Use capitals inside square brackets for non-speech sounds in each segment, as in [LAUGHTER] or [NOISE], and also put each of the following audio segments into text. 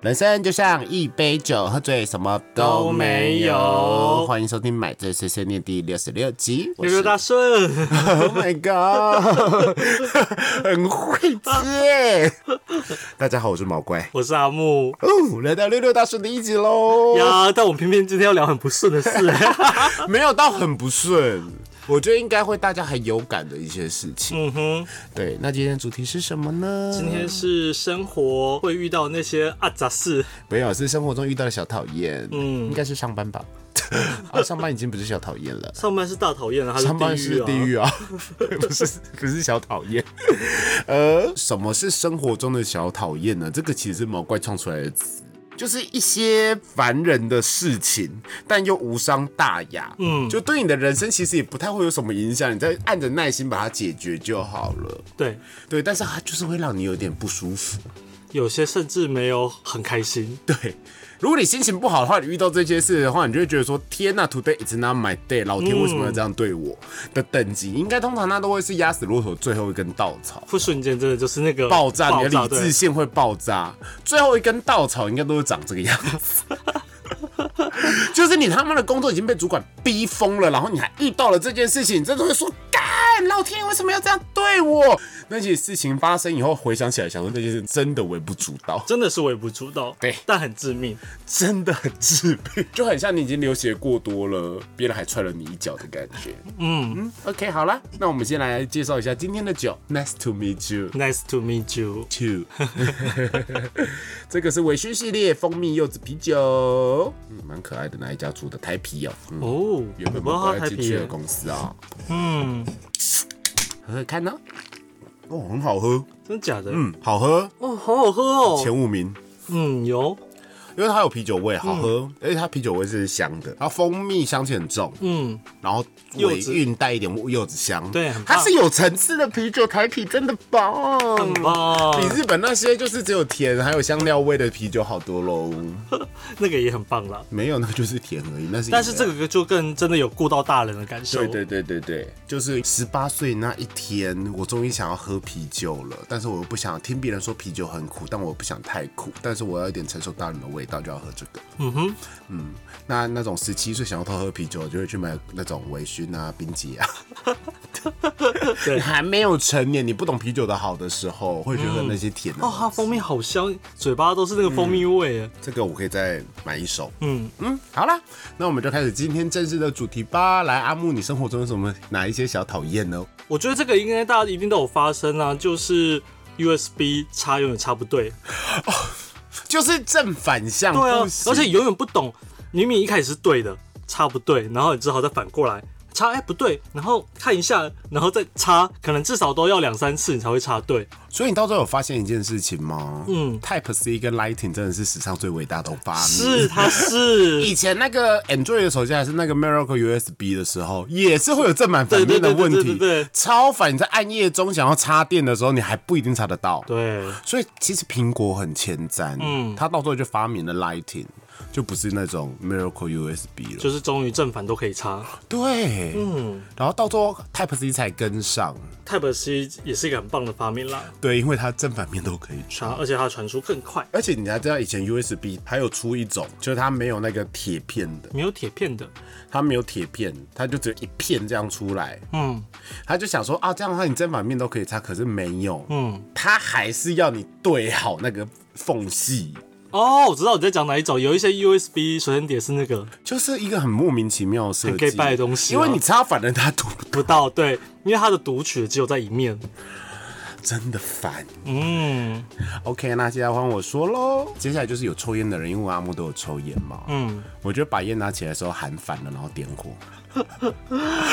人生就像一杯酒，喝醉什么都都没没有有。欢迎收听《买醉碎碎念》第六十六集。我六六是大顺， [LAUGHS] Oh my god，很会接。大家好，我是毛怪。我是阿木。哦，来到六六大顺的一集喽。呀，但我们偏偏今天要聊很不 [LAUGHS] 顺的事，没有到很不顺，我觉得应该会大家很有感的一些事情。嗯哼，对，那今天的主题是什么呢？今天是生活会遇到那些啊杂事，没有，是生活中遇到的小讨厌。嗯嗯，应该是上班吧。啊，上班已经不是小讨厌了。上班是大讨厌啊，还上班是是地地狱啊？狱啊， [LAUGHS] 不是不是小讨厌。呃，什么是生活中的小讨厌呢？这个其实是毛怪创出来的词，就是一些烦人的事情，但又无伤大雅。嗯，就对你的人生其实也不太会有什么影响，你再按着耐心把它解决就好了。对，对，但是它就是会让你有点不舒服。有些甚至没有很开心。对，如果你心情不好的话，你遇到这些事的话，你就会觉得说：天呐、t o d a y is not my day，老天为什么要这样对我？的等级应该通常那都会是压死骆驼最后一根稻草，会瞬间真的就是那个爆炸，你的理对智线会爆炸，最后一根稻草应该都是长这个样子。 [LAUGHS] 就是你他妈的工作已经被主管逼疯了，然后你还遇到了这件事情，你真的会说干，老天为什么要这样对我？那些事情发生以后，回想起来，想说这件事真的微不足道。真的是微不足道，对但很致命。真的很致命， [LAUGHS] 就很像你已经流血过多了，别人还踹了你一脚的感觉。嗯嗯，OK，好啦，那我们先来介绍一下今天的酒。Nice to meet you。 Nice to meet you。 Two，这个是微醺系列蜂蜜柚子啤酒，嗯，蛮可爱的那一家出的台啤哦，嗯，哦，原本我不知道不他要太进皮去的耶，公司啊、嗯，喝喝看呢、哦，很好喝，真假的？嗯，好喝，哦，好好喝哦。前五名，嗯，有，因为它有啤酒味，好喝，而且它啤酒味是香的，它蜂蜜香气很重，嗯，然后尾韵带一点柚子香，对很棒它是有层次的啤酒，台啤真的棒，很棒比，日本那些就是只有甜还有香料味的啤酒好多喽，那个也很棒啦。没有那就是甜而已，那是但是这个。个就更真的有顾到大人的感受。对对对对对，就是十八岁那一天，我终于想要喝啤酒了，但是我又不想听别人说啤酒很苦，但我又不想太苦，但是我要一点承受大人的味道，就要喝这个。嗯哼，那那种十七岁想要偷喝啤酒，就会去买那种微醺啊、冰姐啊。 [LAUGHS] 对你还没有成年，你不懂啤酒的好的时候，会觉得那些甜的。哦，它蜂蜜好香，嘴巴都是那个蜂蜜味耶。这个我可以再买一手。嗯，嗯，好啦，那我们就开始今天正式的主题吧。来，阿木，你生活中有什么哪一些小讨厌呢？我觉得这个应该大家一定都有发生啊，就是 USB 插永远插不对。就是正反向，对啊不，行而且永远不懂，明明一开始是对的，插不对，然后你只好再反过来插，哎、不对，然后看一下，然后再插，可能至少都要两三次你才会插对。所以你到最后有发现一件事情吗？嗯嗯，Type C 跟 Lighting 真的是史上最伟大的发明。是，它是， [LAUGHS] 以前那个 Android 的手机还是那个 Miracle USB 的时候，也是会有正反反对对面的对对问对题对对，超反。你在暗夜中想要插电的时候，你还不一定插得到。对，所以其实苹果很前瞻，嗯，它到最后就发明了 Lighting，就不是那种 Miracle USB 了。就是终于正反都可以插。对，嗯，然后到最后 Type C 才跟上， Type C 也是一个很棒的发明啦，对，因为它正反面都可以然插后。而且它传输更快，而且你还知道，以前 USB 还有出一种，就是它没有那个铁片的，没有铁片的。它没有铁片，它就只有一片这样出来。嗯，他就想说啊，这样的话你正反面都可以插，可是没有，嗯嗯，他还是要你对好那个缝隙，哦，我知道你在讲哪一种，有一些 USB 随身碟是那个就是一个很莫名其妙的设很 gay 计， bye 的东西啊因为你插反了他读，不到，对，因为它的读取只有在一面。真的烦。嗯 OK，那现在换我说喽，接下来就是有抽烟的人，因为我阿木都有抽烟嘛，嗯，我觉得把烟拿起来的时候含反了，然后点火，，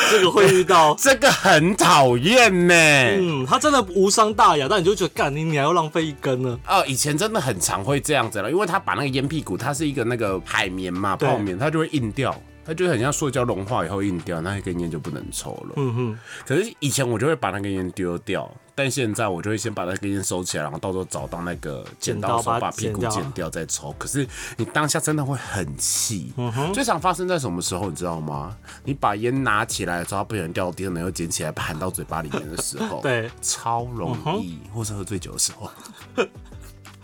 这个会遇到 [LAUGHS] 这个很讨厌呢。嗯，它真的无伤大雅，但你就觉得干你，你还要浪费一根呢。哦，以前真的很常会这样子了，因为他把那个烟屁股，它是一个那个海绵嘛，对泡棉，它就会硬掉，它就很像塑胶融化以后硬掉，那一根烟就不能抽了。嗯哼。可是以前我就会把那根烟丢掉，但现在我就会先把那根烟收起来，然后到时候找到那个剪刀手剪刀把它把屁股剪掉剪掉再抽。可是你当下真的会很气。嗯哼。最常发生在什么时候，你知道吗？你把烟拿起来的时候，它不小心掉地上，然后捡起来含 [LAUGHS] 到嘴巴里面的时候，对超容易，或是喝醉酒的时候。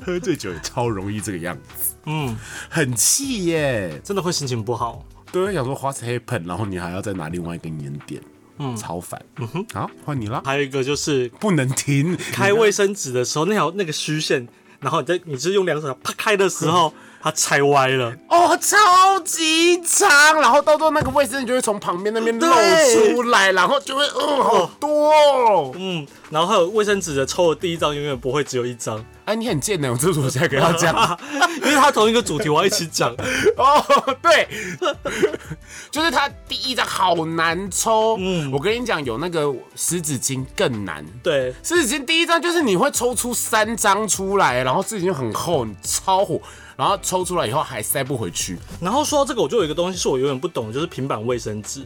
喝醉酒也超容易这个样子，嗯，很气耶。真的会心情不好。对，想说花 h a p 然后你还要再拿另外一根烟点，嗯，超烦。嗯哼，好，换你啦，还有一个就是不能停，开卫生纸的时候，那条那个虚线，然后你在你是用两手啪开的时候，它拆歪了，哦，超级长，然后到时候那个卫生纸就会从旁边那边露对出来，然后就会，嗯，好多、哦。嗯，然后还有卫生纸的抽的第一张永远不会只有一张，哎、你很贱呢，啊我这是我现在跟他讲。 [LAUGHS] 因为它同一个主题我要一起讲，哦，对，就是它第一张好难抽。嗯，我跟你讲，有那个湿纸巾更难。对，湿纸巾第一张就是你会抽出三张出来，然后湿纸巾很厚，你超火，然后抽出来以后还塞不回去。然后说到这个，我就有一个东西是我永远不懂的，就是平板卫生纸。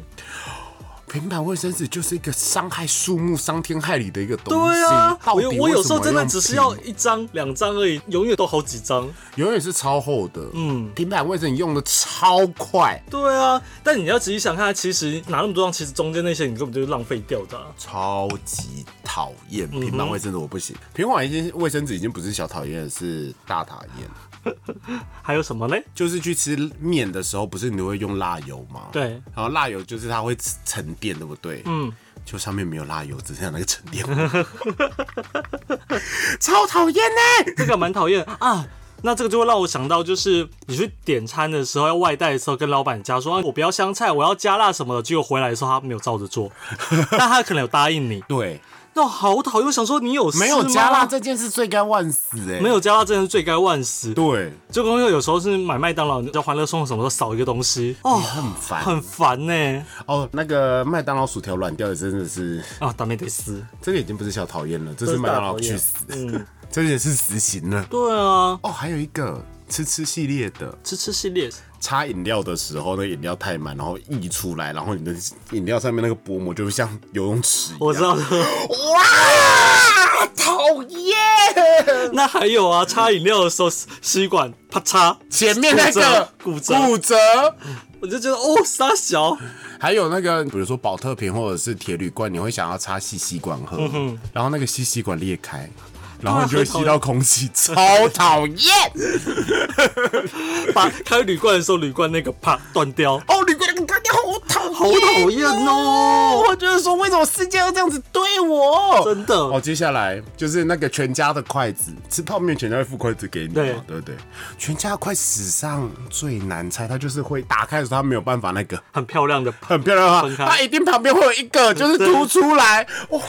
平板卫生纸就是一个伤害树木、伤天害理的一个东西。对啊，到我底有为我有时什候么真的用只是平要一张、两张而已，永远都好几张。永远是超厚的，嗯，平板卫生纸用的超快，对啊，但你要仔细想看，其实拿那么多张，其实中间那些你根本就是浪费掉的啊、超级讨厌嗯平板卫生纸，我不行。平板已经卫生纸已经不是小讨厌了，是大讨厌。还有什么嘞？就是去吃面的时候，不是你会用辣油吗？对然后辣油就是它会沉淀，对不对？嗯，就上面没有辣油，只剩下那个沉淀物， [LAUGHS] 超讨厌呢。这个蛮讨厌啊。那这个就会让我想到，就是你去点餐的时候，要外带的时候，跟老板家说、啊、我不要香菜，我要加辣什么的，结果回来的时候他没有照着 [LAUGHS] 做，但他可能有答应你。对，那我好讨厌，我想说你有事没有加辣吗这件事罪该万死哎、没有加辣真的是罪该万死。对，这个东西有时候是买麦当劳叫欢乐颂什么时候少一个东西哦，很烦很烦呢、哦。那个麦当劳薯条软掉的真的是，啊，达美得死，这个已经不是小讨厌了，这是麦当劳去死，嗯，这也是死刑了。对啊，哦，还有一个吃吃系列的，吃吃系列插饮料的时候，那饮料太满，然后溢出来，然后你的饮料上面那个薄膜就会像游泳池一样。我知道的。哇，讨厌！ [LAUGHS] 那还有啊，插饮料的时候吸管啪嚓，前面那个骨折骨骨折折，我就觉得哦，傻小，还有那个，比如说保特瓶或者是铁铝罐，你会想要插吸吸管喝，然后那个吸吸管裂开。然后你就会吸到空气，超讨厌！把开铝罐的时候，铝罐那个啪断掉， [LAUGHS] 哦，铝罐那个干掉，好讨厌，好讨厌哦，我觉得说，为什么世界要这样子对我？真的哦，接下来就是那个全家的筷子，吃泡面全家会付筷子给你嘛，对对不对？全家的筷子史上最难拆，它就是会打开的时候，它没有办法那个很漂亮的啪，很漂亮啊分，开它一定旁边会有一个就是凸出 [LAUGHS] 来，哇、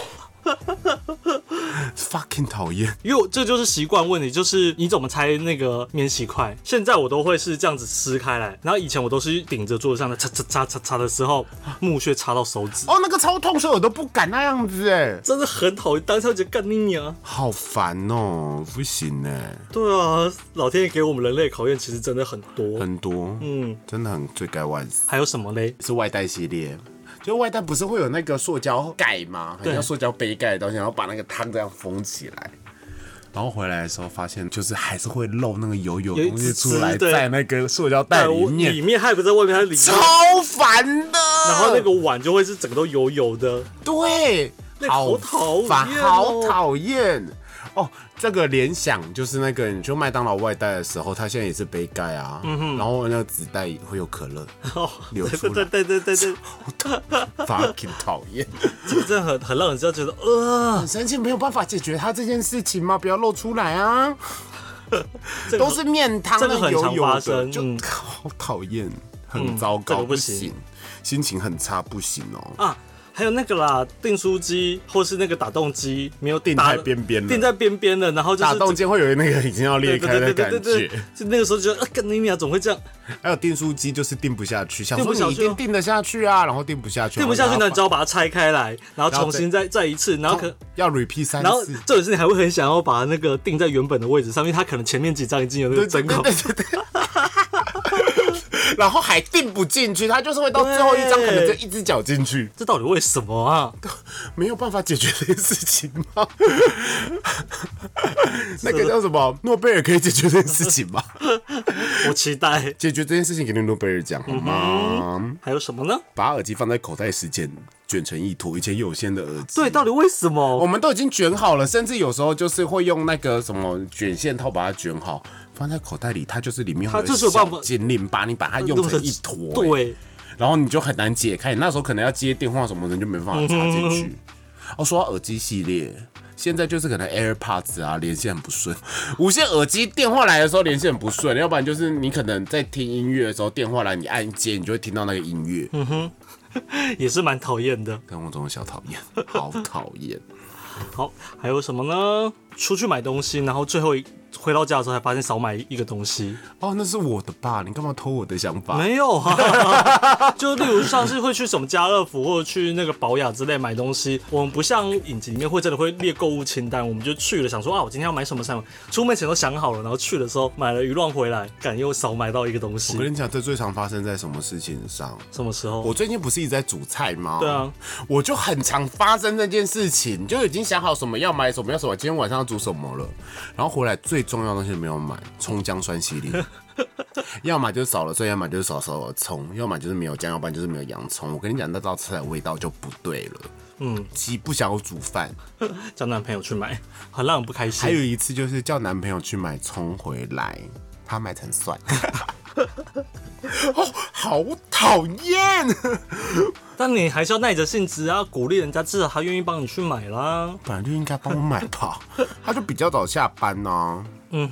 f u c k i n g 讨厌。因为我这就是习惯问题，就是你怎么拆那个免洗筷？现在我都会是这样子撕开来，然后以前我都是顶着桌子上的擦擦擦擦擦的时候，木屑擦到手指。哦，那个超痛，所以我都不敢那样子哎，真的很讨厌，当下就干你啊！好烦哦，不行哎，对啊，老天爷给我们人类考验其实真的很多。很多，嗯，真的很罪该万死。还有什么嘞？是外带系列，就外带不是会有那个塑胶盖吗？很像塑胶杯盖的东西，然后把那个汤这样封起来。然后回来的时候发现，就是还是会漏那个油油的东西出有来，一只汁在那个塑胶袋里里面，面还不在外面，它里面超，烦的。然后那个碗就会是整个都油油的。对，那个好好讨烦厌哦好讨厌。哦，这个联想就是那个，你去麦当劳外带的时候，它现在也是杯盖啊，然后那个纸袋也会有可乐，哦，流出对来对对对对对， fucking 讨厌。这个真的很很让人家觉得呃，很生气，没有办法解决他这件事情吗？不要露出来啊！这个都是面汤这个很油常油发的，生就嗯好讨厌，很糟糕，这个不不行行，心情很差，不行哦。啊。还有那个啦，订书机或是那个打洞机没有定打在边边了定在边边的，然后就是打洞间会有那个已经要对裂对开对的对感对觉对对，，就那个时候觉得，啊，干你娘，怎么会这样？还有订书机就是订不下去，想说订不下去你一定订得下去啊，然后订不下去，定不下去，然那后你只要把它拆开来，然后重新再再一次，然后可。要 repeat 三然后次，这种事你还会很想要把那个定在原本的位置上面，它可能前面几张已经有那个对 [LAUGHS] 针对孔对，对对，然后还订不进去，他就是会到最后一张可能就一只脚进去，这到底为什么啊？没有办法解决这件事情吗？ [LAUGHS] 那个叫什么诺贝尔可以解决这件事情吗？ [LAUGHS] 我期待。解决这件事情给诺贝尔奖好嗯吗？还有什么呢？把耳机放在口袋时间卷成一坨，以前有线的耳机。对，到底为什我么？们都已经卷好了，甚至有时候就是会用那个什么卷线套把它卷好，放在口袋里，它就是里面会它就是有办法小精灵把你把它用成一坨、欸对，然后你就很难解开。你那时候可能要接电话什么的，你就没办法插进嗯去。哦，说到耳机系列，现在就是可能 AirPods 啊连线很不顺，无线耳机电话来的时候连线很不顺，要不然就是你可能在听音乐的时候电话来，你按一接，你就会听到那个音乐。嗯也是蛮讨厌的。跟我这种小讨厌，好讨厌。好，还有什么呢？出去买东西，然后最后一回到家的时候才发现少买一个东西，哦，那是我的吧？你干嘛偷我的想法？没有啊。 [LAUGHS] 就例如像是会去什么家乐福或者去那个宝雅之类买东西，我们不像影集里面会真的会列购物清单，我们就去了想说啊，我今天要买什么什么，出门前都想好了，然后去的时候买了鱼乱回来，感又少买到一个东西我。跟你讲，这最常发生在什么事情上？什么时候？我最近不是一直在煮菜吗？对啊，我就很常发生这件事情，就已经想好什么要买什么要什么，今天晚上要煮什么了，然后回来最重要的东西没有买，葱姜蒜系列。 [LAUGHS] 要么就是少了蒜，要么就是少少了葱，要么就是没有姜，要不然就是没有洋葱。我跟你讲，那道菜的味道就不对了。嗯，其实不想要煮饭。叫男朋友去买，很让人不开心。还有一次就是叫男朋友去买葱回来，他买成蒜。 [LAUGHS] 哦，好讨厌！但你还是要耐着性子啊，鼓励人家，至少他愿意帮你去买啦。本来就应该帮我买吧，他就比较早下班哦呢、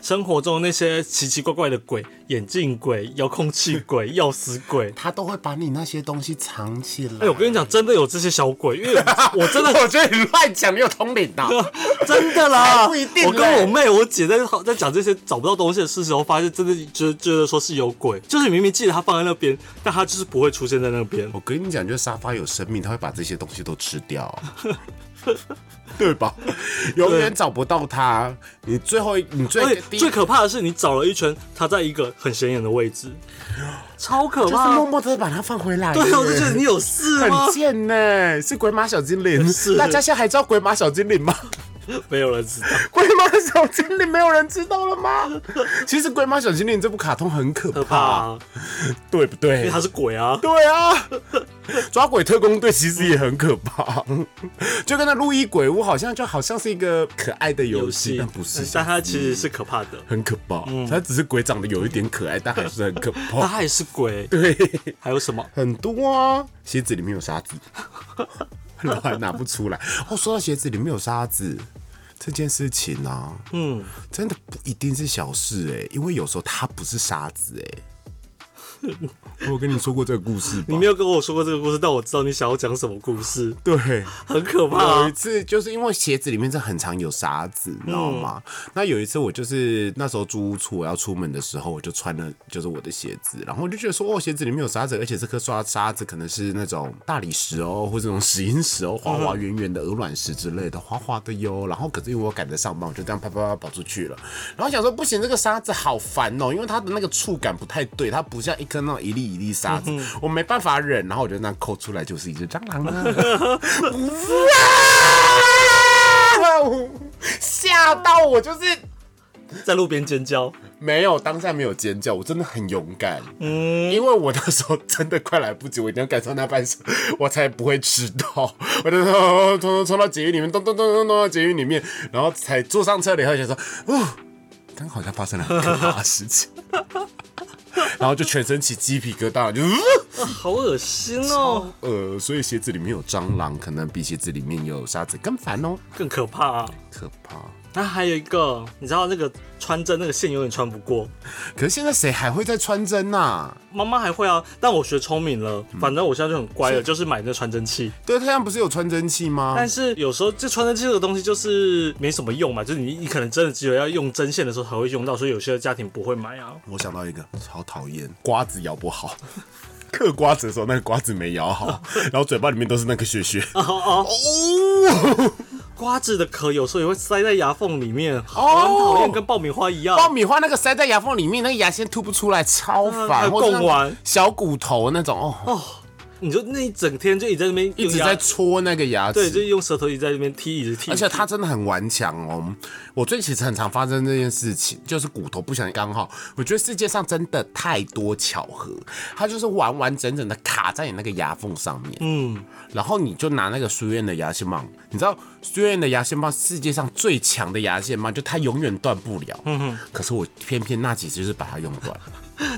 生活中那些奇奇怪怪的鬼，眼镜鬼、遥控器鬼、钥匙 [LAUGHS] 鬼，他都会把你那些东西藏起来。哎、我跟你讲，真的有这些小鬼，因为我我真的 [LAUGHS] 我觉得你乱讲，你有通灵啊的、 [LAUGHS] 真的啦，还不一定嘞我跟我妹、我姐在在讲这些找不到东西的事时候，发现真的觉觉得说是有鬼，就是明明记得它放在那边，但它就是不会出现在那边。我跟你讲，就是沙发有生命，它会把这些东西都吃掉， [LAUGHS] 对吧？永远找不到它。你最后一，你而最且第一最可怕的是，你找了一圈，它在一个很显眼的位置，超可就是怕。默默的把它放回来。对，啊我就觉得你有事吗很？贱呢、是鬼马小精灵。是大家现在还知道鬼马小精 [LAUGHS] 灵吗？没有人知道。鬼马小精灵没有人知道了吗？其实鬼马小精灵这部卡通很可怕，可怕、啊，对不因为对他？是鬼啊。对啊，抓鬼特工队其实也很可怕，就跟那路易鬼屋好像就好像是一个可爱的游戏，但不是，哦但嗯他其实是可怕的，很可怕。它只是鬼长得有一点可爱，但还是很可但怕。他也是鬼。对，还有什么？很多啊，鞋子里面有沙子， [LAUGHS] 然后还拿不出来。哦，说到鞋子里面有沙子这件事情啊，嗯，真的不一定是小事哎、因为有时候它不是沙子 [LAUGHS] 哎、我有跟你说过这个故事吧你？没有跟我说过这个故事，但我知道你想要讲什么故事，对，很可怕、有一啊。次就是因为鞋子里面是很常有沙子，你知道吗？嗯那有一次我就是那时候租屋处，我要出门的时候，我就穿了就是我的鞋子，然后我就觉得说，哦，鞋子里面有沙子，而且这颗刷沙哦子可能是那种大理石哦，或者那种石英石哦，滑滑圆圆的鹅卵石之类的，滑滑的哟。然后可是因为我赶着上班，我就这样啪啪啪跑出去了。然后想说不行，这个沙子好烦哦，因为它的那个触感不太对，它不像一颗那种一粒一粒沙子，嗯我没办法忍。然后我就那样抠出来，就是一只蟑螂了。哇！啊吓到我，就是在路边尖叫，没有当下没有尖叫，我真的很勇敢。嗯，因为我那时候真的快来不及，我一定要赶上那班车，我才不会迟到。 [LAUGHS] 我就冲冲冲冲到捷运里面，咚咚咚咚咚到捷运里面，然后才坐上车了以后，想说，哦，刚好像发生了很可怕的事情。 [LAUGHS] 然后就全身起鸡皮疙瘩，就啊好恶心哦，呃，所以鞋子里面有蟑螂，可能比鞋子里面有沙子更烦哦，更可怕、啊。可怕。那还有一个，你知道那个穿针那个线永远穿不过，可是现在谁还会再穿针呐、妈妈还会啊，但我学聪明了，嗯反正我现在就很乖了，就是买那穿针器。对，他现在不是有穿针器吗？但是有时候这穿针器这个东西就是没什么用嘛，就是你你可能真的只有要用针线的时候才会用到，所以有些家庭不会买啊。我想到一个，超讨厌，瓜子咬不好， [LAUGHS] 嗑瓜子的时 [LAUGHS] 啊候那个瓜子没咬好，然后嘴巴里面都是那个血血。哦哦，哦，瓜子的壳有时候也会塞在牙缝里面，好很讨厌，跟爆米花一样。爆米花那个塞在牙缝里面，那个牙线吐不出来，超嗯还烦。有或者那种贡丸小骨头那种，哦，你就那一整天就一直在那边一用直牙在戳那个牙对，就齿。是用舌头一直在那边踢，一直踢。而且它真的很顽强哦。我最其实很常发生这件事情，就是骨头不想刚好。我觉得世界上真的太多巧合，它就是完完整整的卡在你那个牙缝上面。嗯，然后你就拿那个苏院的牙线棒，你知道苏院的牙线棒世界上最强的牙线棒，就它永远断不了。嗯哼。可是我偏偏那几次就是把它用断，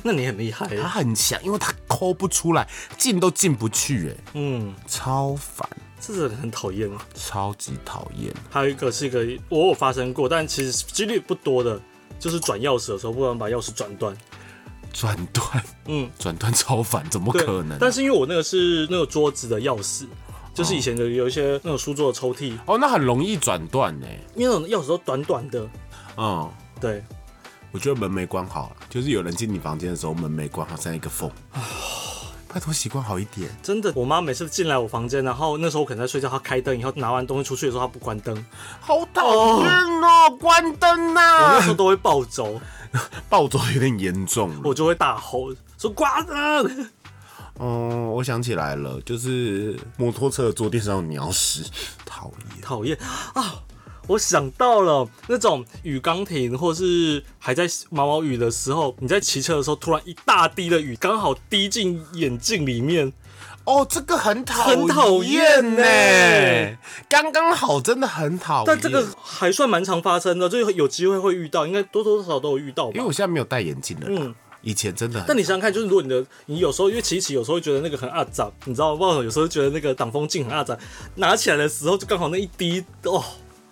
那你很厉害。它很强，因为它抠不出来，进都进不去，哎，嗯，超烦，这真的很讨厌啊。超级讨厌。还有一个是一个我有发生过，但其实几率不多的，就是转钥匙的时候不然把钥匙转断。转 [LAUGHS] 断，嗯，转断超烦，怎么对可能？啊但是因为我那个是那个桌子的钥匙，就是以前的有一些那种书桌的抽屉，哦，那很容易转断呢。因为那种钥匙都短短的，嗯，对，我觉得门没关好了，就是有人进你房间的时候门没关好，像一个缝。 [SIGHS] 拜托，习惯好一点。真的，我妈每次进来我房间，然后那时候我可能在睡觉，她开灯以后拿完东西出去的时候，她不关灯，好讨厌哦！关灯呐、我那时候都会暴走，暴走有点严重 [LAUGHS] 了。我就会大吼说瓜子，嗯，我想起来了，就是摩托车的坐垫上有鸟屎，讨厌。讨厌啊！我想到了那种雨刚停，或是还在毛毛雨的时候，你在骑车的时候，突然一大滴的雨刚好滴进眼镜里面，哦，这个很讨很讨厌呢，刚刚好，真的很讨厌。但这个，还算蛮常发生的，就有机会会遇到，应该多多少少都有遇到因为吧。我现在没有戴眼镜了，嗯嗯，以前真的很。但你想想看，就是如果你的你有时候因为骑一骑，有时候会觉得那个很阿杂，你知道吗？不知道为什么有时候觉得那个挡风镜很阿杂，拿起来的时候就刚好那一滴哦，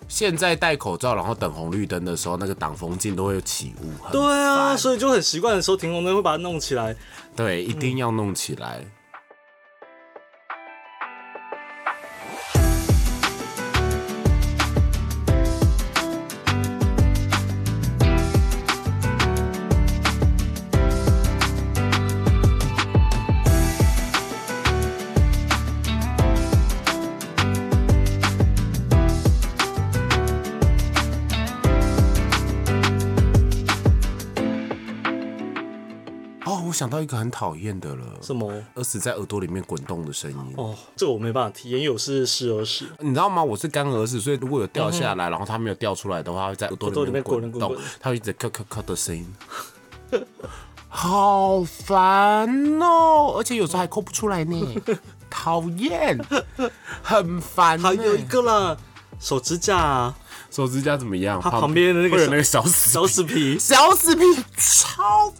现在戴口罩，然后等红绿灯的时候，那个挡风镜都会有起雾。很对啊，烦所以就很习惯的时候停红灯会把它弄起来。对，一定要弄起来。嗯哦，我想到一个很讨厌的了，什么？耳屎在耳朵里面滚动的声音。哦，这个我没办法体验，因为我是时而时。你知道吗？我是干耳屎，所以如果有掉下来，然后它没有掉出来的话，它会在耳朵里面滚嗯耳朵里面滚滚动滚，它会一直咔咔咔的声音，好烦哦！而且有时候还抠不出来呢， [LAUGHS] 讨厌，很烦呢。还啊有一个啦，手指甲、手指甲怎么样？它旁边的那个会有小那个小死小指皮，小死屁，超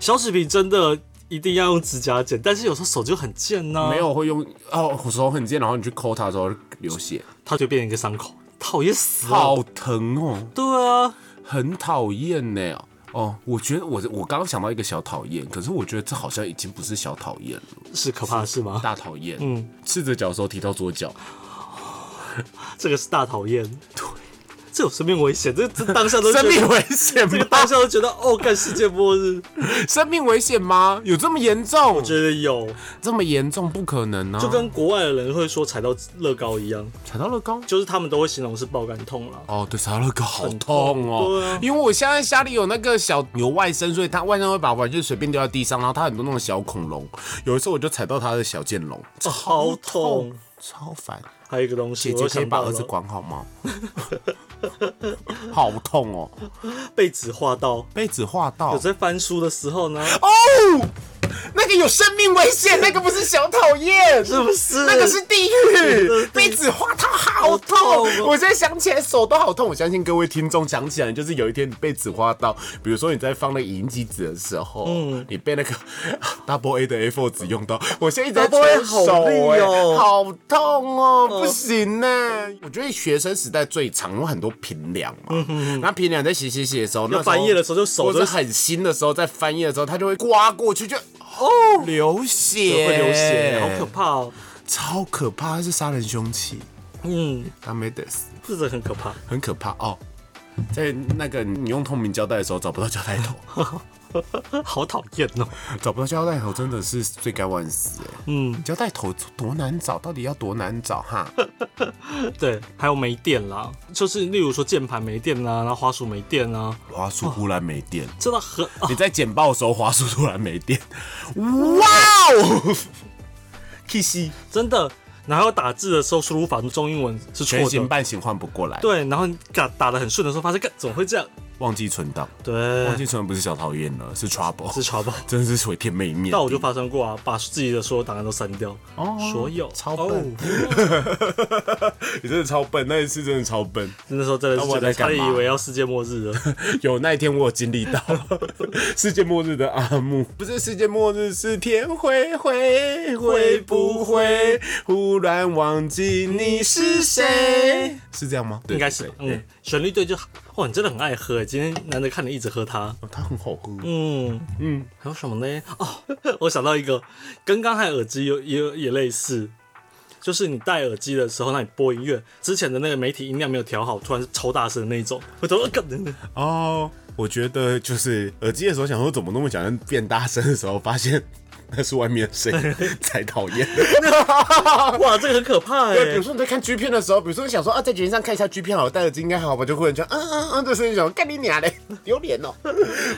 小指皮真的一定要用指甲剪，但是有时候手就很贱呐、没，有会用哦，手很尖，然后你去抠它的时候流血，它就变成一个伤口，讨厌死了。好疼哦。对啊，很讨厌呢。哦，我觉得我我刚刚想到一个小讨厌，可是我觉得这好像已经不是小讨厌了，是可怕的事吗？大讨厌。嗯嗯，赤着脚的时候提到左脚，这个是大讨厌。对，这有生命危险，这这当下都 [LAUGHS] 觉生命得，危险 [LAUGHS] 这个吗当？下都觉得，哦，干世界末日，生命危险吗？有这么严重？觉得有，这么严重不可能啊！就跟国外的人会说踩到乐高一样，踩到乐高。就是他们都会形容是爆感痛啦。哦，对，踩到乐高好很痛痛哦，对啊因为我现在家里有那个小有外甥，所以他外甥会把玩具随便丢在地上，然后他很多那种小恐龙，有一次我就踩到他的小剑龙，哦好痛痛，超烦。还有一个东西，姐我姐又可以想把到儿子了管好 [LAUGHS] 吗？好痛哦，被纸画到。被子划到有在翻书的时候呢，哦，那个有生命危险，那个不是小讨厌，是不是？那个是地狱，被子划到好痛好痛哦！我现在想起来手都好痛。我相信各位听众想起来，就是有一天你被纸划到，比如说你在放那个影机纸的时候，嗯你被那个 double A 的 A four 纸用到，我现在一直在 Double A 搓手、好欸，利哦好痛哦，不行呢、嗯我觉得学生时代最长，有很多平凉嘛，那平凉在写写写的时候，那翻页的时候就手或就者很新的时候，在翻页的时候，它就会刮过去，就哦流血，会流血，好可怕哦。超可怕，它是杀人凶器，嗯，他没得死，这真的很可怕。很可怕哦。在那个你用透明胶带的时候找不到胶带头， [LAUGHS] 好讨厌哦。找不到胶带头真的是罪该万死哎、嗯，胶带头多难找，到底要多难找哈？对，还有没电啦，就是例如说键盘没电啦，然后滑鼠没电啦， [LAUGHS] 滑鼠突然没电，真的很啊 [LAUGHS] 你在剪报的时候滑鼠突然没电，哇 [LAUGHS] 哦 k i s s 真的。然后打字的时候输入法中英文是错全形的，半形换不过来，对。然后你打打的很顺的时候，发现干怎么会这样？忘记存档，对忘，记存档不是小讨厌了，是 trouble，是超爆。 [LAUGHS] 真的是毁天灭命。那我就发生过啊，把自己的所有档案都删掉，所有超哦笨。你真的超笨，那一次真的超笨。那时候真的是觉得差点那我在干嘛以为要世界末日了。 [LAUGHS] 有那一天我有经历到 [LAUGHS] 世界末日的阿木，不是世界末日，是天会会会不会忽然忘记你是谁？是这样吗？对应该是吧，对对嗯，旋律对就哇，你真的很爱喝欸，今天难得看你一直喝它，哦它很好喝。嗯嗯，还有什么呢？哦， [LAUGHS] 我想到一个，跟刚才耳机有也有也类似，就是你戴耳机的时候，那你播音乐之前的那个媒体音量没有调好，突然是超大声的那一种，我都呃 [LAUGHS] 干的，哦，我觉得就是耳机的时候想说怎么那么想变大声的时候，发现 [LAUGHS] 那是外面的声 [LAUGHS] 音才讨厌。哇，这个很可怕哎、对，比如说你在看 G 片的时候，比如说你想说啊，在酒店上看一下 G 片好了，戴耳机应该还好吧，就忽然就嗯嗯嗯的声音想说干你娘嘞，丢脸哦！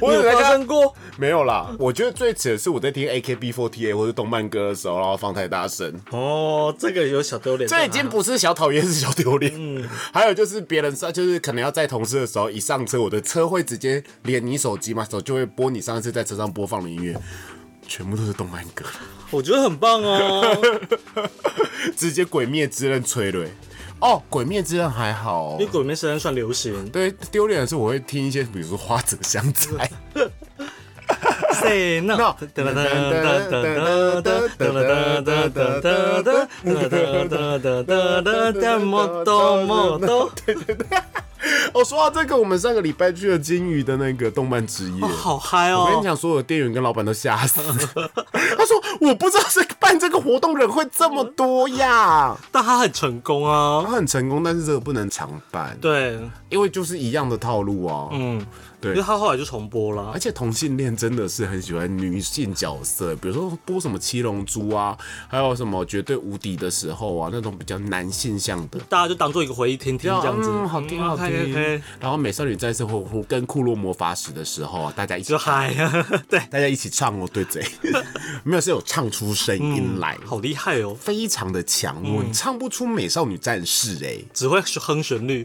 我你有在发看生过？没有啦，我觉得最扯的是我在听 AKB48 或者动漫歌的时候，然后放太大声，哦，这个有小丢脸，这已经不是小讨厌，是小丢脸。还有就是别人上，就是可能要载同事的时候，一上车，我的车会直接连你手机嘛，手就会播你上次在车上播放的音乐，全部都是动漫歌， [LAUGHS] 我觉得很棒啊，直接《鬼灭之刃》催泪。哦，《鬼灭之刃》还好、哦因为，鬼面实在算流行，对，丢脸的是我会听一些，比如说花泽香菜。 [LAUGHS] Say no， No 噔噔噔噔噔噔噔噔噔噔噔噔噔噔噔噔，么多么多，哦，说到这个，我们上个礼拜去了金鱼的那个动漫之夜。好嗨我跟你哦！讲，所有店员跟老板都吓死。 [LAUGHS] 他说：“我不知道这个办这个活动人会这么多呀。但他很成功”啊，他很成功，但是这个不能常办，对，因为就是一样的套路啊。嗯，对因为他后来就重播了而。且同性恋真的是很喜欢女性角色，比如说播什么《七龙珠》啊，还有什么《绝对无敌》的时候啊，那种比较男性向的。大家就当做一个回忆听听这样子，嗯，好听好可以可以听，。然后美少女战士或或跟库洛魔法使的时候啊，大家一起就嗨啊，对，大家一起唱哦，对嘴， [LAUGHS] 没有是有唱出声音来，好厉害哦，非常的强，我唱不出美少女战士哎、只会哼旋律。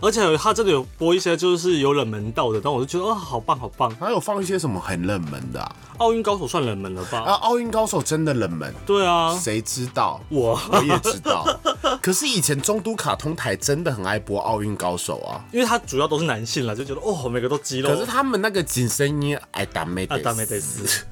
而且他真的有播一些就是有冷门到的，但我就觉得哦，好棒好棒！还有放一些什么很冷门的啊？奥运高手算冷门了吧？啊，奥运高手真的冷门，对啊，谁知道？我我也知道。可是以前中都卡通台真的很爱播奥运高手啊，因为他主要都是男性了，就觉得哦，每个都肌肉。可是他们那个紧身衣哎达美啊，大得美死。得斯，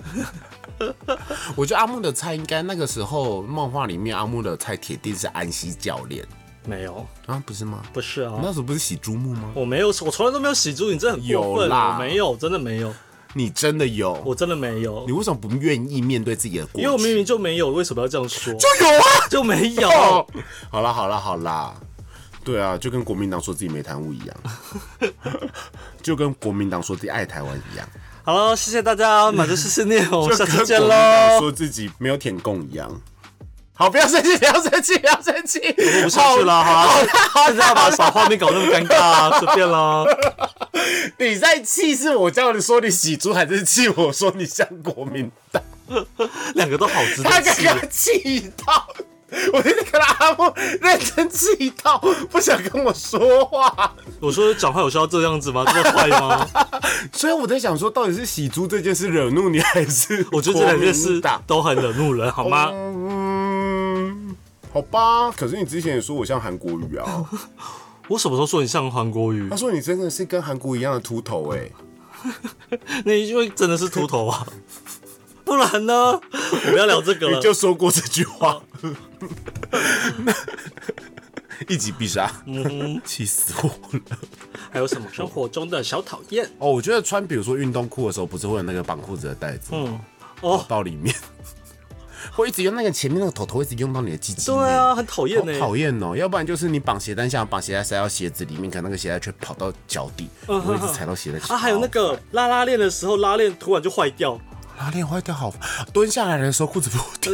我觉得阿木的菜应该那个时候漫画里面阿木的菜铁定是安西教练没有，啊，不是吗？不是啊那，时候不是喜珠木吗？我没有，我从来都没有洗猪，你真的很过有分，啊啦我没有，真的没有，你真的有？我真的没有你，为什么不愿意面对自己的过去？因为我明明就没有，为什么要这样说？就 [LAUGHS] 有啊。就没有， [LAUGHS] 哦，好啦好啦好啦，对啊，就跟国民党说自己没贪污一 [LAUGHS] 样，就跟国民党说自己爱台湾一样，好了，谢谢大家，满足碎碎念，我们下 [LAUGHS] 就次跟见国民党喽。说自己没有舔共一样。好，不要生气，不要生气，不要生气，我不下去了，好好啦啦好，现在要把把画面搞那么尴尬、 [LAUGHS] 啊，随便啦。你在气是我叫你说你喜猪，还是气我说你像国民 [LAUGHS] 党？两个都好值得他刚气。刚气到，我一直看到阿木认真气到，不想跟我说话。我说讲话有需要这样子吗？这么坏 [LAUGHS] 吗？所以我在想说，到底是喜猪这件事惹怒你，还是我觉得这两国件事民党都很惹怒人，好吗？嗯，好吧。可是你之前也说我像韩国语啊，我什么时候说你像韩国瑜他？说你真的是跟韩国一样的秃头哎、那因为真的是秃头啊， [LAUGHS] 不然呢？我们要聊这个你了。就说过这句话。 [LAUGHS] 一击必杀，嗯气死我了！还有什么生活中的小讨厌？哦，我觉得穿比如说运动裤的时候，不是会有那个绑裤子的带子吗嗯，哦，到里面， [LAUGHS] 会一直用那个前面那个头头，一直用到你的鸡鸡。对啊，。很讨厌好呢。讨厌哦，要不然就是你绑鞋带，想绑鞋带塞到鞋子里面，可那个鞋带却跑到脚底，嗯我会一直踩到鞋带。啊，还有那个拉拉链的时候，拉链突然就坏掉，拉链啊坏掉好，蹲下来的时候裤子破 [LAUGHS] 掉，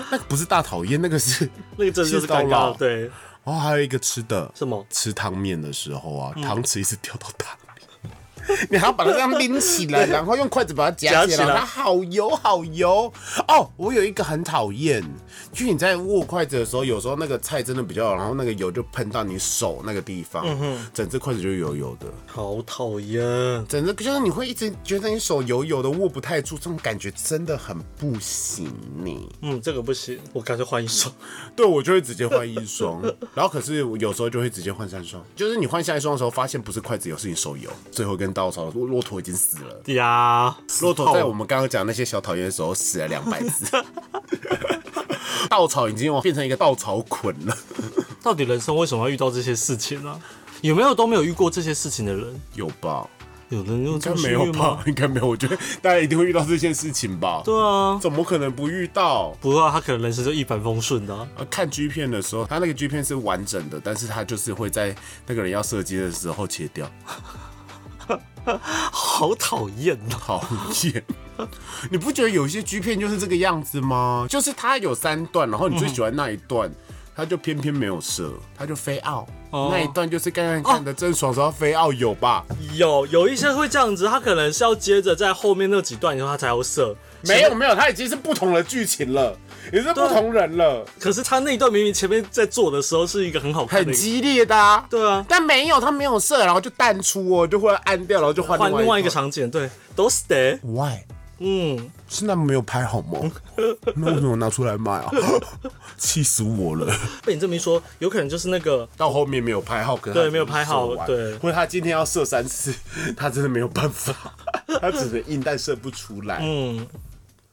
那个不是大讨厌，那个是那个真的就是气到尴尬老了。对，哦，还有一个吃的什么嗯吃汤面的时候啊，汤匙一直掉到汤里， [LAUGHS] 你还要把它这样拎起来，然后用筷子把它夹起夹来，起来它好油好油哦。我有一个很讨厌，就你在握筷子的时候，有时候那个菜真的比较油，然后那个油就喷到你手那个地方，嗯整只筷子就油油的，好讨厌。整个就是你会一直觉得你手油油的，握不太住，这种感觉真的很不行你。嗯，这个不行，我干脆换一双。对，我就会直接换一双，然后可是我有时候就会直接换三双，就是你换下一双的时候，发现不是筷子油，是你手油，最后跟稻草骆骆驼已经死了， [LAUGHS] 呀，骆驼在我们刚刚讲那些小讨厌的时候死了两百次， [LAUGHS] 稻草已经变成一个稻草捆了，到底人生为什么要遇到这些事情呢、有没有都没有遇过这些事情的人？有吧？有人用应这该么没幸有运吗？吧？应该没有，我觉得大家一定会遇到这件事情吧？对啊，怎么可能不遇到？不过、啊、他可能人生就一帆风顺的啊、呃看 G 片的时候，它那个 G 片是完整的，但是它就是会在那个人要射击的时候切掉。好讨厌啊！讨厌。 [LAUGHS] 你不觉得有一些 G 片就是这个样子吗？就是它有三段，然后你最喜欢那一段，它就偏偏没有射，它就非奥。哦那一段就是刚刚看的真爽，时候非奥有吧？有有一些会这样子，他可能是要接着在后面那几段以后他才要射，没有没有，它已经是不同的剧情了，也是不同人了，可是他那一段明明前面在做的时候是一个很好看的很一个，激烈的、啊。对啊，但没有，他没有射，然后就淡出哦，就会按掉，然后就换换另外一一个。场景，对，都是的， Why？嗯，是那没有拍好 [LAUGHS] 吗？那为什么拿出来卖啊？ [LAUGHS] 气死我了！被你这么一说，有可能就是那个到后面没有拍好，可能对他没有拍好射完对或者他今天要射三次， [LAUGHS] 他真的没有办法，他只能硬但射不出来。嗯，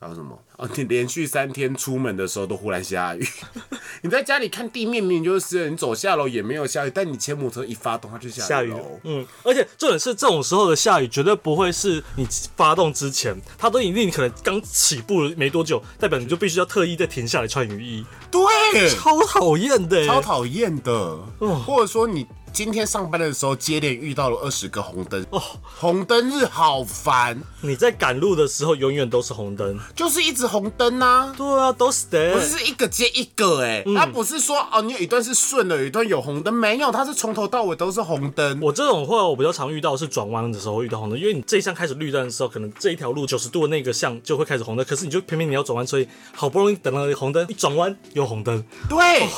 还有什么？哦，你连续三天出门的时候都忽然下雨， [LAUGHS] 你在家里看地面明明就是湿的，你走下楼也没有下雨，但你骑摩托车一发动，它就下下雨了。，嗯，而且重点是这种时候的下雨绝对不会是你发动之前，它都一定可能刚起步没多久，代表你就必须要特意再停下来穿雨衣，对，超讨厌的欸，超讨厌的。哦或者说你今天上班的时候接连遇到了二十个红灯，哦，红灯日好烦，你在赶路的时候永远都是红灯，就是一直红灯啊。对啊，都是的不，是一个接一个哎、嗯它不是说哦，你有一段是顺的，有一段有红灯，没有，它是从头到尾都是红灯。我这种话我比较常遇到是转弯的时候会遇到红灯，因为你这一项开始绿灯的时候，可能这一条路九十度的那个项就会开始红灯，可是你就偏偏你要转弯，所以好不容易等到红灯，一转弯又红灯。对，哦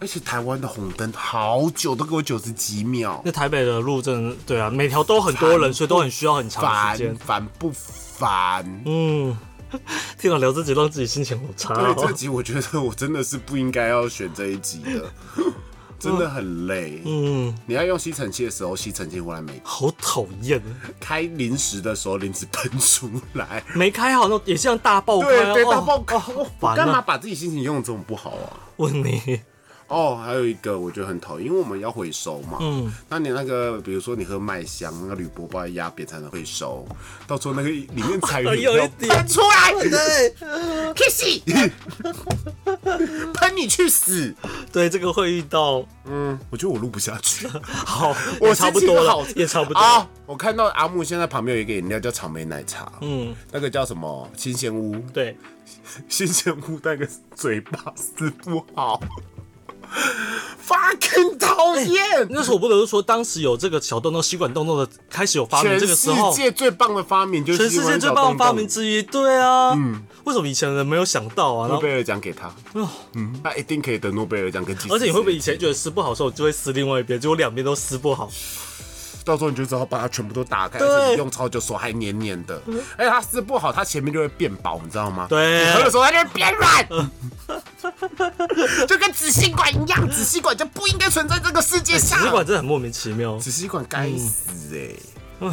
而且台湾的红灯好久都给我九十几秒，那台北的路真的对啊，每条都很多人，所以都很需要很长的时烦间。烦不烦？嗯，听到聊自己让自己心情好差、对，这 [LAUGHS] 哦。集我觉得我真的是不应该要选这一集 [LAUGHS] 的，真的很累。嗯，你要用吸尘器的时候，吸尘器忽然没好讨厌，开零食的时候，零食喷出来。没开好那也是像大爆开、对啊，对，哦大爆开，烦我啊干嘛把自己心情用的这么不好啊？问你，哦，还有一个我觉得很讨厌，因为我们要回收嘛。嗯，那你那个，比如说你喝麦香，那个铝箔包要压扁才能回收，到时候那个里面彩哎云 [LAUGHS] 有一点喷出来对，Kissy，喷你去死！对，这个会遇到，嗯，我觉得我录不下去好，我 [LAUGHS] 也差不多心情好了，也差不多。啊！我看到阿木现在旁边有一个饮料叫草莓奶茶，嗯，那个叫什么新鲜屋， [LAUGHS] 对，新鲜屋那个嘴巴撕不好 [LAUGHS] ，fucking 讨厌。那时候我不得不说，当时有这个小洞洞、吸管洞洞的开始有发明，全这个时世候界最棒的发明就是全世界最棒的发明之一，对啊，嗯，为什么以前人没有想到啊？然诺后，哦贝尔奖给他，嗯，他一定可以得诺贝尔奖跟金。而且你会不会以前觉得撕不好的时候，就会撕另外一边，结果两边都撕不好？到时候你就只好把它全部都打开，对嗯而且你用超久手还黏黏的，而且它撕不好，它前面就会变薄，你知道吗？对你喝的时候它就会变软， [LAUGHS] 就跟纸吸管一样，纸吸管就不应该存在这个世界上嗯纸。管真的很莫名其妙。纸吸管该死哎、欸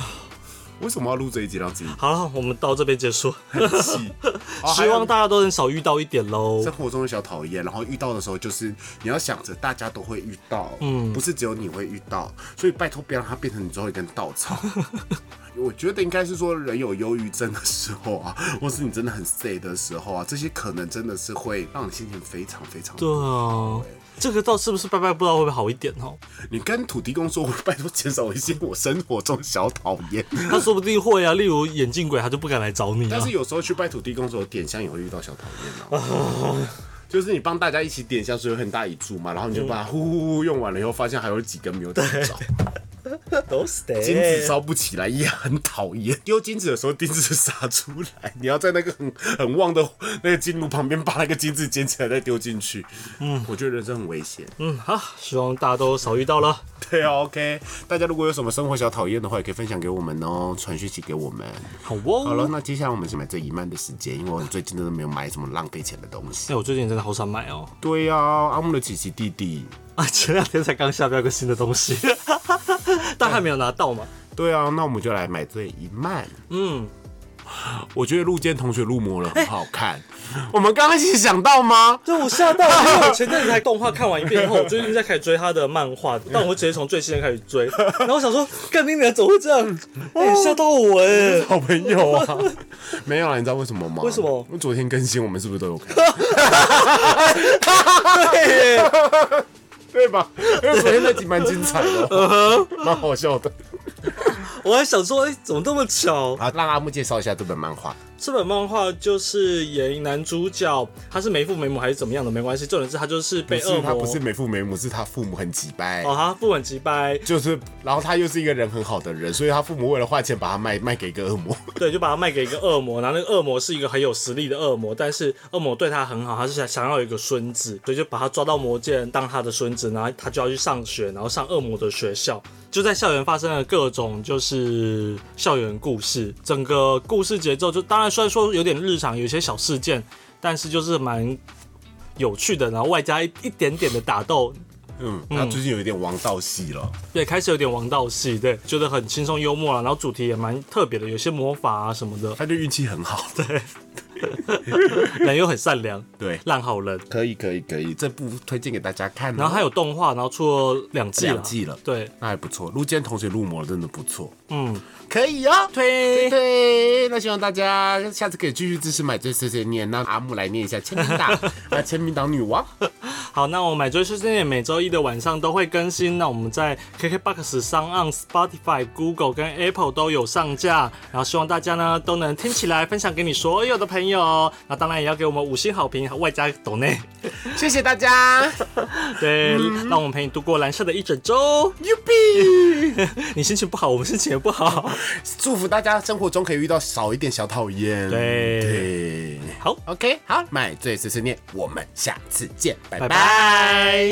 为什么要录这一集让自己好了，我们到这边结束，很 [LAUGHS] 气？哦还希有望大家都能少遇到一点喽生。活中的小讨厌，然后遇到的时候就是你要想着大家都会遇到，嗯，不是只有你会遇到，所以拜托不要让它变成你最后一根稻草。 [LAUGHS] 我觉得应该是说，人有忧郁症的时候啊，或是你真的很 sad 的时候啊，这些可能真的是会让你心情非常非常。对啊，这个倒是不是拜拜不知道会不会好一点哦？你跟土地公说，我拜托减少一些我生活中小讨厌。他说不定会啊，例如眼镜鬼，他就不敢来找你但啊是。有时候去拜土地公的时候，点香也会遇到小讨厌啊。就是你帮大家一起点香，所以有很大一柱嘛，然后你就把它呼呼呼呼用完了以后，发现还有几根没有点着，都是的，金子烧不起来也很讨厌。丢金子的时候，金子撒出来，你要在那个很很旺的那个金炉旁边把那个金子捡起来再丢进去。嗯，我觉得人生很危险。嗯，好，希望大家都少遇到了。对啊，OK，大家如果有什么生活小讨厌的话，也可以分享给我们哦，传讯息给我们。好好了，哦。那接下来我们是买这一漫的时间，因为我最近真的没有买什么浪费钱的东西。哎、我最近真的好想买哦！ [LAUGHS] 对啊呀、阿木的琪琪弟弟。啊，前两天才刚下标一个新的东西， [LAUGHS] 但还没有拿到嘛。对啊，那我们就来买这一漫。嗯，我觉得陆建同学入魔了，很好看。我们刚刚一起想到吗？对，我吓到了，因为我前阵子才动画看完一遍以后，我最近在开始追他的漫画， [LAUGHS] 但我会直接从最新的开始追。然后我想说，干你娘怎么会这样？哎、吓到我哎、 [LAUGHS] 好朋友啊， [LAUGHS] 没有啦，你知道为什么吗？为什么因为昨天更新，我们是不是都有看？对耶，对吧？因为昨天那集蛮精彩的，哦蛮好笑的。我还想说，哎、怎么这么巧？好，让阿木介绍一下这本漫画。这本漫画就是演男主角，他是没父没母还是怎么样的，没关系，重点是他就是不被恶是魔。他不是没父没母，是他父母很急掰。哦，他不稳击掰，就是，然后他又是一个人很好的人，所以他父母为了换钱把他卖卖给一个恶魔。对，就把他卖给一个恶魔，然后那个恶魔是一个很有实力的恶魔，但是恶魔对他很好，他是想想要有一个孙子，所以就把他抓到魔界当他的孙子，然后他就要去上学，然后上恶魔的学校，就在校园发生了各种就是校园故事，整个故事节奏就当然虽然说有点日常，有一些小事件，但是就是蛮有趣的，然后外加一一点点的打斗，嗯，他最近有一点王道戏了。对，开始有点王道戏，对，觉得很轻松幽默了，然后主题也蛮特别的，有些魔法啊什么的，他就运气很好， [LAUGHS] 对人又很善良，对，烂好人。可以可以可以，这部推荐给大家看哦、然后还有动画，然后出了两季了，两季了对，那还不错，陆坚同学入魔真的不错，嗯，可以哦。推对，那希望大家下次可以继续支持买醉碎碎念，让阿木来念一下签名档 [LAUGHS] 啊，签名档女王。好，那我买追是这也每周一的晚上都会更新。那我们在 KKBox 上、on Spotify、Google 跟 Apple 都有上架。然后希望大家呢都能听起来，分享给你所有的朋友。那当然也要给我们五星好评，外加抖内。 [LAUGHS] 谢谢大家，对，让我们陪你度过蓝色的一整 [LAUGHS] 周。牛逼！ [LAUGHS] 你心情不好，我们心情也不好。祝福大家生活中可以遇到少一点小讨厌。对对好， ，OK，好，买醉碎碎念，我们下次见，拜拜拜拜。